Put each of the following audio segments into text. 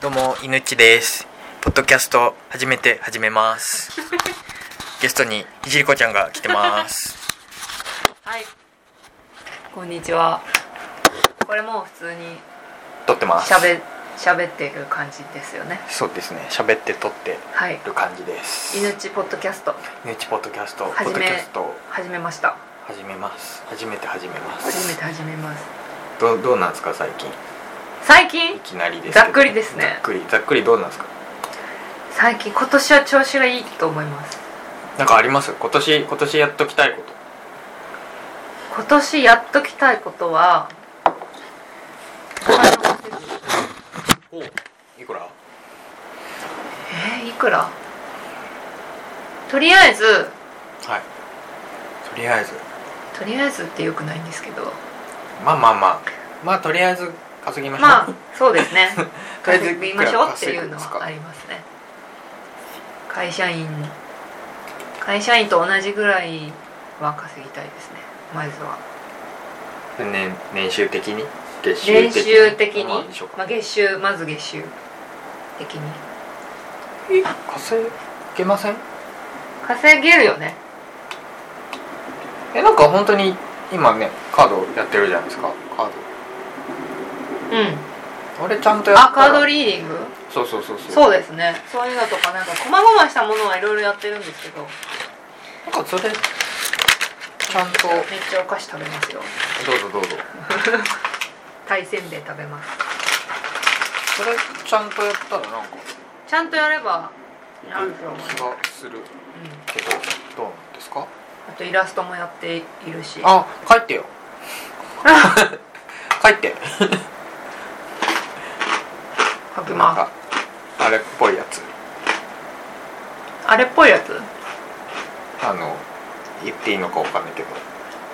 どうも、いぬちです。ポッドキャスト、初めて始めます。 ゲストに、いじりこちゃんが来てます。はい。こんにちは。これもう普通に撮ってます。喋喋っている感じですよね。そうですね、喋って撮ってはい。る感じです。いぬちポッドキャストいぬちポッドキャスト、ポッ始めドキャスト、始めました。始めます。初めて始めます。初めて始めます。どう、どうなんですか、最近。最い近きなりですけど。ざっくりですねざっくり、ざっくりどうなんですか。最近今年は調子がいいと思います。なんかあります今年、今年やっときたいこと。今年やっときたいことは。お金を稼ぐおいくらえーいくらとりあえずはい。とりあえず。とりあえずってよくないんです けどまあまあまあ。まあ、とりあえず稼ぎましょう。まあそうですねとりあえず稼ぎましょうって稼いぐうんのですはかありますね会社員会社員と同じぐらいは稼ぎたいですねまずは年年収的に月収練的に習的に、まあいいでしょうかまあ、月収まず月収的に稼げません稼げるよねえなんか本当に今ねカードやってるじゃないですかカーうんド俺ちゃんとやあったらカードリーディングそうそうそうそうそうですねそういうのとかなんか細々したものはいろいろやってるんですけどなんかそれちゃんとどめっちゃお菓子食べますようぞどうぞ対せんべい食べますそれちゃんとやったらなんかちゃんとやればやると思う、気がするうん、けどどうなんですかあとイラストもやっているしあ帰ってよ帰って書きなんまかあれっぽいやつすあれっぽいやつあの言っていいのかわかんないけど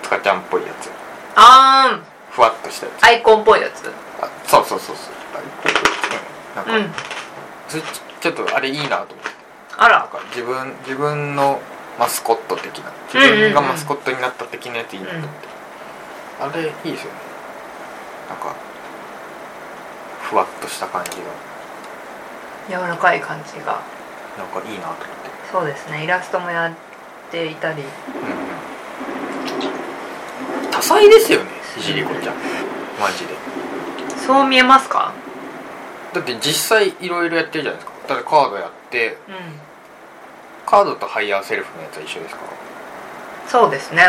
つかちゃんっぽいやつあーんふわっとしたやつアイコンっぽいやつうあそうそうそうそうなんか、んずちょっとあれいいなと思ってあなんらか自分自分のマスコット的な自うんうんうん分がマスコットになった的なやついいなと思って、あれいいですよねなんかふわっとした感じが柔らかい感じがなんかいいなと思って、そうですねイラストもやっていたうりんうん多彩ですよねいじりこちゃんマジでそう見えますかだって実際いろいろやってるじゃないですかだってカードやってうんカードとハイヤーセルフのやつは一緒ですかそうですね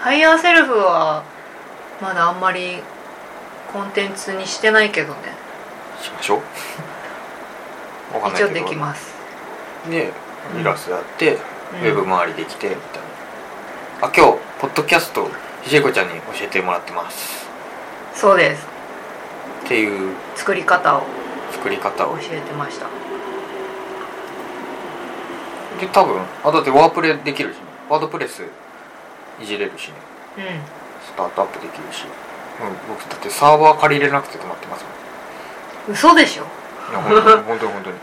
ハイヤーセルフはまだあんまりコンテンツにしてないけどねしましょうわかんない一け応どできますでうんイラストやって、うんウェブ周りできてみたいなあ今日ポッドキャストひじこちゃんに教えてもらってますそうですっていう作り方を作り方教をえてましたで多分あだってワープレできるしねワードプレスいじれるしねうんスタートアップできるし、うん、僕だってサーバー借りれなくて止まってますもん嘘でしょいや本当に本当に本当に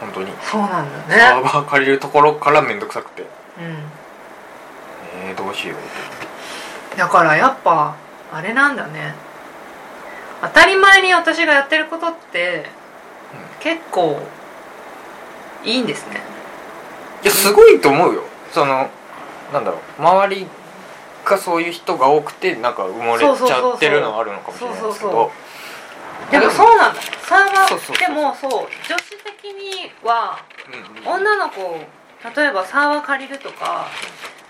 本当にそうなんサーだねバー借りるところからめんどくさくてうえー、どうしようんだからやっぱあれなんだね当たり前に私がやってることって結構いいんですねいやすごいと思うよそのなんだろう周りがそういう人が多くてなんか埋もれそうそうちそうそうゃってるのはあるのかもしれないですけそうどでもそうなんだサーバーそうそうそうでもそう女子的にはうんうん女の子例えばサーバー借りるとか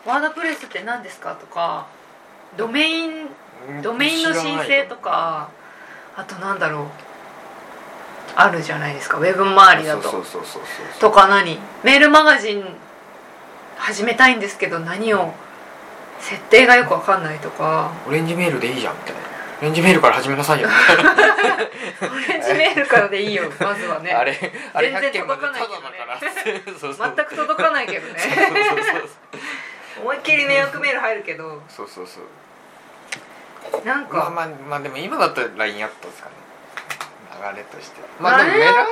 ワードプレスって何ですかとかドメインうんドメインの申請とかあとなんだろうあるじゃないですかウェブ周りだとそうそうそうそうそうとか何メールマガジン始めたいんですけど何を設定がよくわかんないとかオレンジメールでいいじゃんみたいなオレンジメールから始めなさい よあオレンジメールからでいい よまずはねれあれ全100然件まで届かたないだけどねだからそうそう全く届かないけどね 思いっきり迷惑メール入るけどそうそうそうそうそうなんまあかまあまあでも今だったら LINE やったんですかね流れとしてまあでも LINE メラうん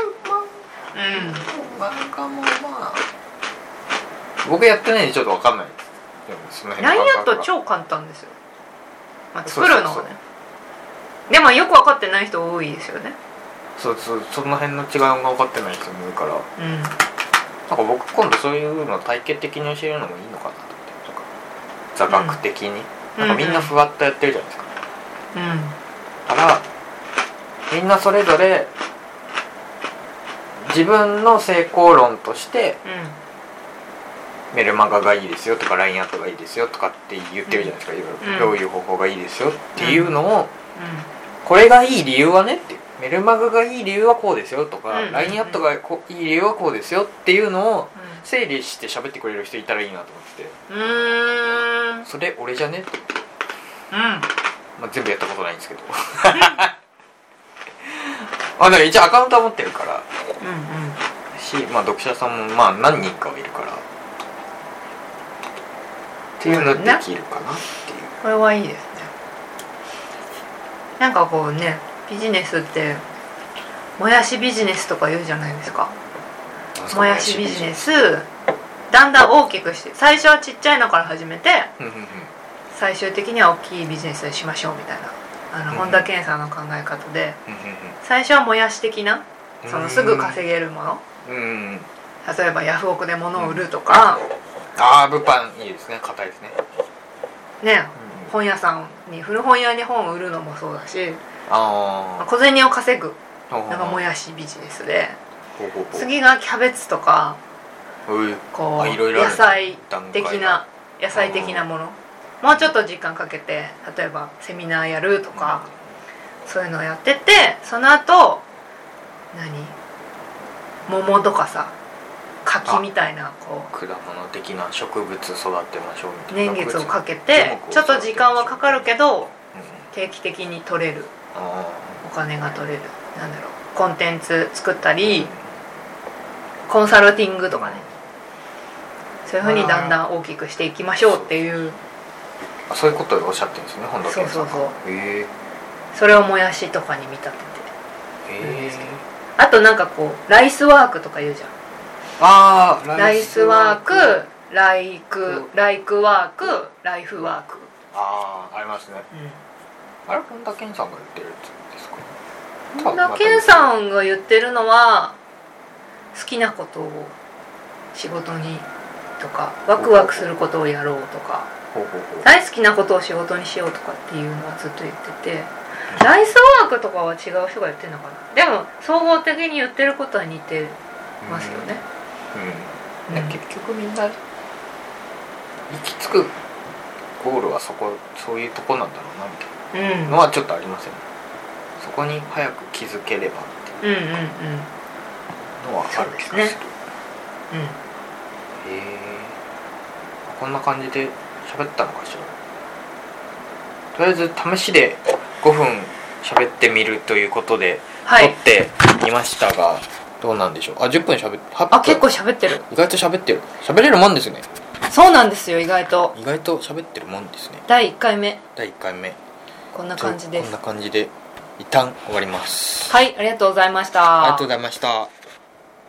漫画もまあ僕やってないんでちょっとわかんないでもその辺の感 LINE アッ覚トは超簡単ですよ、まあ、そうそ作うそうるのはねでもよく分かってない人多いですよねそうそうその辺の違いが分かってない人もいるからなんかうん僕今度そういうのを体系的に教えるのもいいのかなと思ってなんか座学的に、なんかみんなふわっとやってるじゃないですか、うだからみんなそれぞれ自分の成功論としてんうんメルマガがいいですよとか LINE アットがいいですよとかって言ってるじゃないですか、いろいろうんどういう方法がいいですよっていうのを、うこれがいい理由はねっていうメルマガがいい理由はこうですよとうんうんかうん LINE、アットがこういい理由はこうですよっていうのをん整理して喋ってくれる人いたらいいなと思っててうんうんそれ俺じゃねって、まあ、全部やったことないんですけど あでも一応アカウントは持ってるからし、まあ、読者さんもまあ何人かはいるからっていうのでできるかなっていう、これはいいですねなんかこうねビジネスってもやしビジネスとか言うじゃないですかなんすかもやしビジネススだんだん大きくして最初はちっちゃいのから始めてうんうんうん最終的には大きいビジネスにしましょうみたいなあの、うん本田健さんの考え方でうんうん最初はもやし的なうんそのすぐ稼げるものうんうん例えばヤフオクで物を売るとか、ああ物販いいですね硬いですね、ねうん本屋さんに古本屋に本を売るのもそうだしああ小銭を稼ぐなのがもやしビジネスでほうほうほう次がキャベツとかういうこあういろいろある野菜段階的な野菜的なものもうちょっと時間かけて例えばセミナーやるとか、そういうのをやっててその後何桃とかさ柿みたいなこう果物的な植物育てましょうみたいな年月をかけ樹て木をちょっと時間はかかるけうどん定期的に取れるあお金が取れるなんだろうコンテンツ作ったーりコンサルティングとかねそういうふうにだんだん大きくしていきましょうっていうあそういうことをおっしゃってるんですね本田健さんがそうそうへえそれをもやしとかに見立ててへえあとなんかこうライスワークとか言うじゃああんライスワークライクうライクワークライフワーク、ああありますねあれ本田健さんが言ってるやつですかうん、本田健さんが言ってるのは好きなことを仕事にとかワクワクすることをやろうとかほうほうほう大好きなことを仕事にしようとかっていうのはずっと言っててライスワークとかは違う人が言ってるのかなでも総合的に言ってることは似てますよね、うん、うん結局みんな行き着くゴールはそこそういうとこなんだろうなみたいなうん、のはちょっとありません、ね、そこに早く気づければっうんうんうんうんていうのはある気がするそうですへえこんな感じで喋ったのかしらとりあえず試しで5分喋ってみるということで、はい撮ってみましたがどうなんでしょうあ10分喋って8分あ結構喋ってる意外と喋ってる喋れるもんですねそうなんですよ意外と意外と喋ってるもんですね第1回目第1回目こんな感じでこんすな感じで一旦終わりますはいありがとうございましありたがとうございました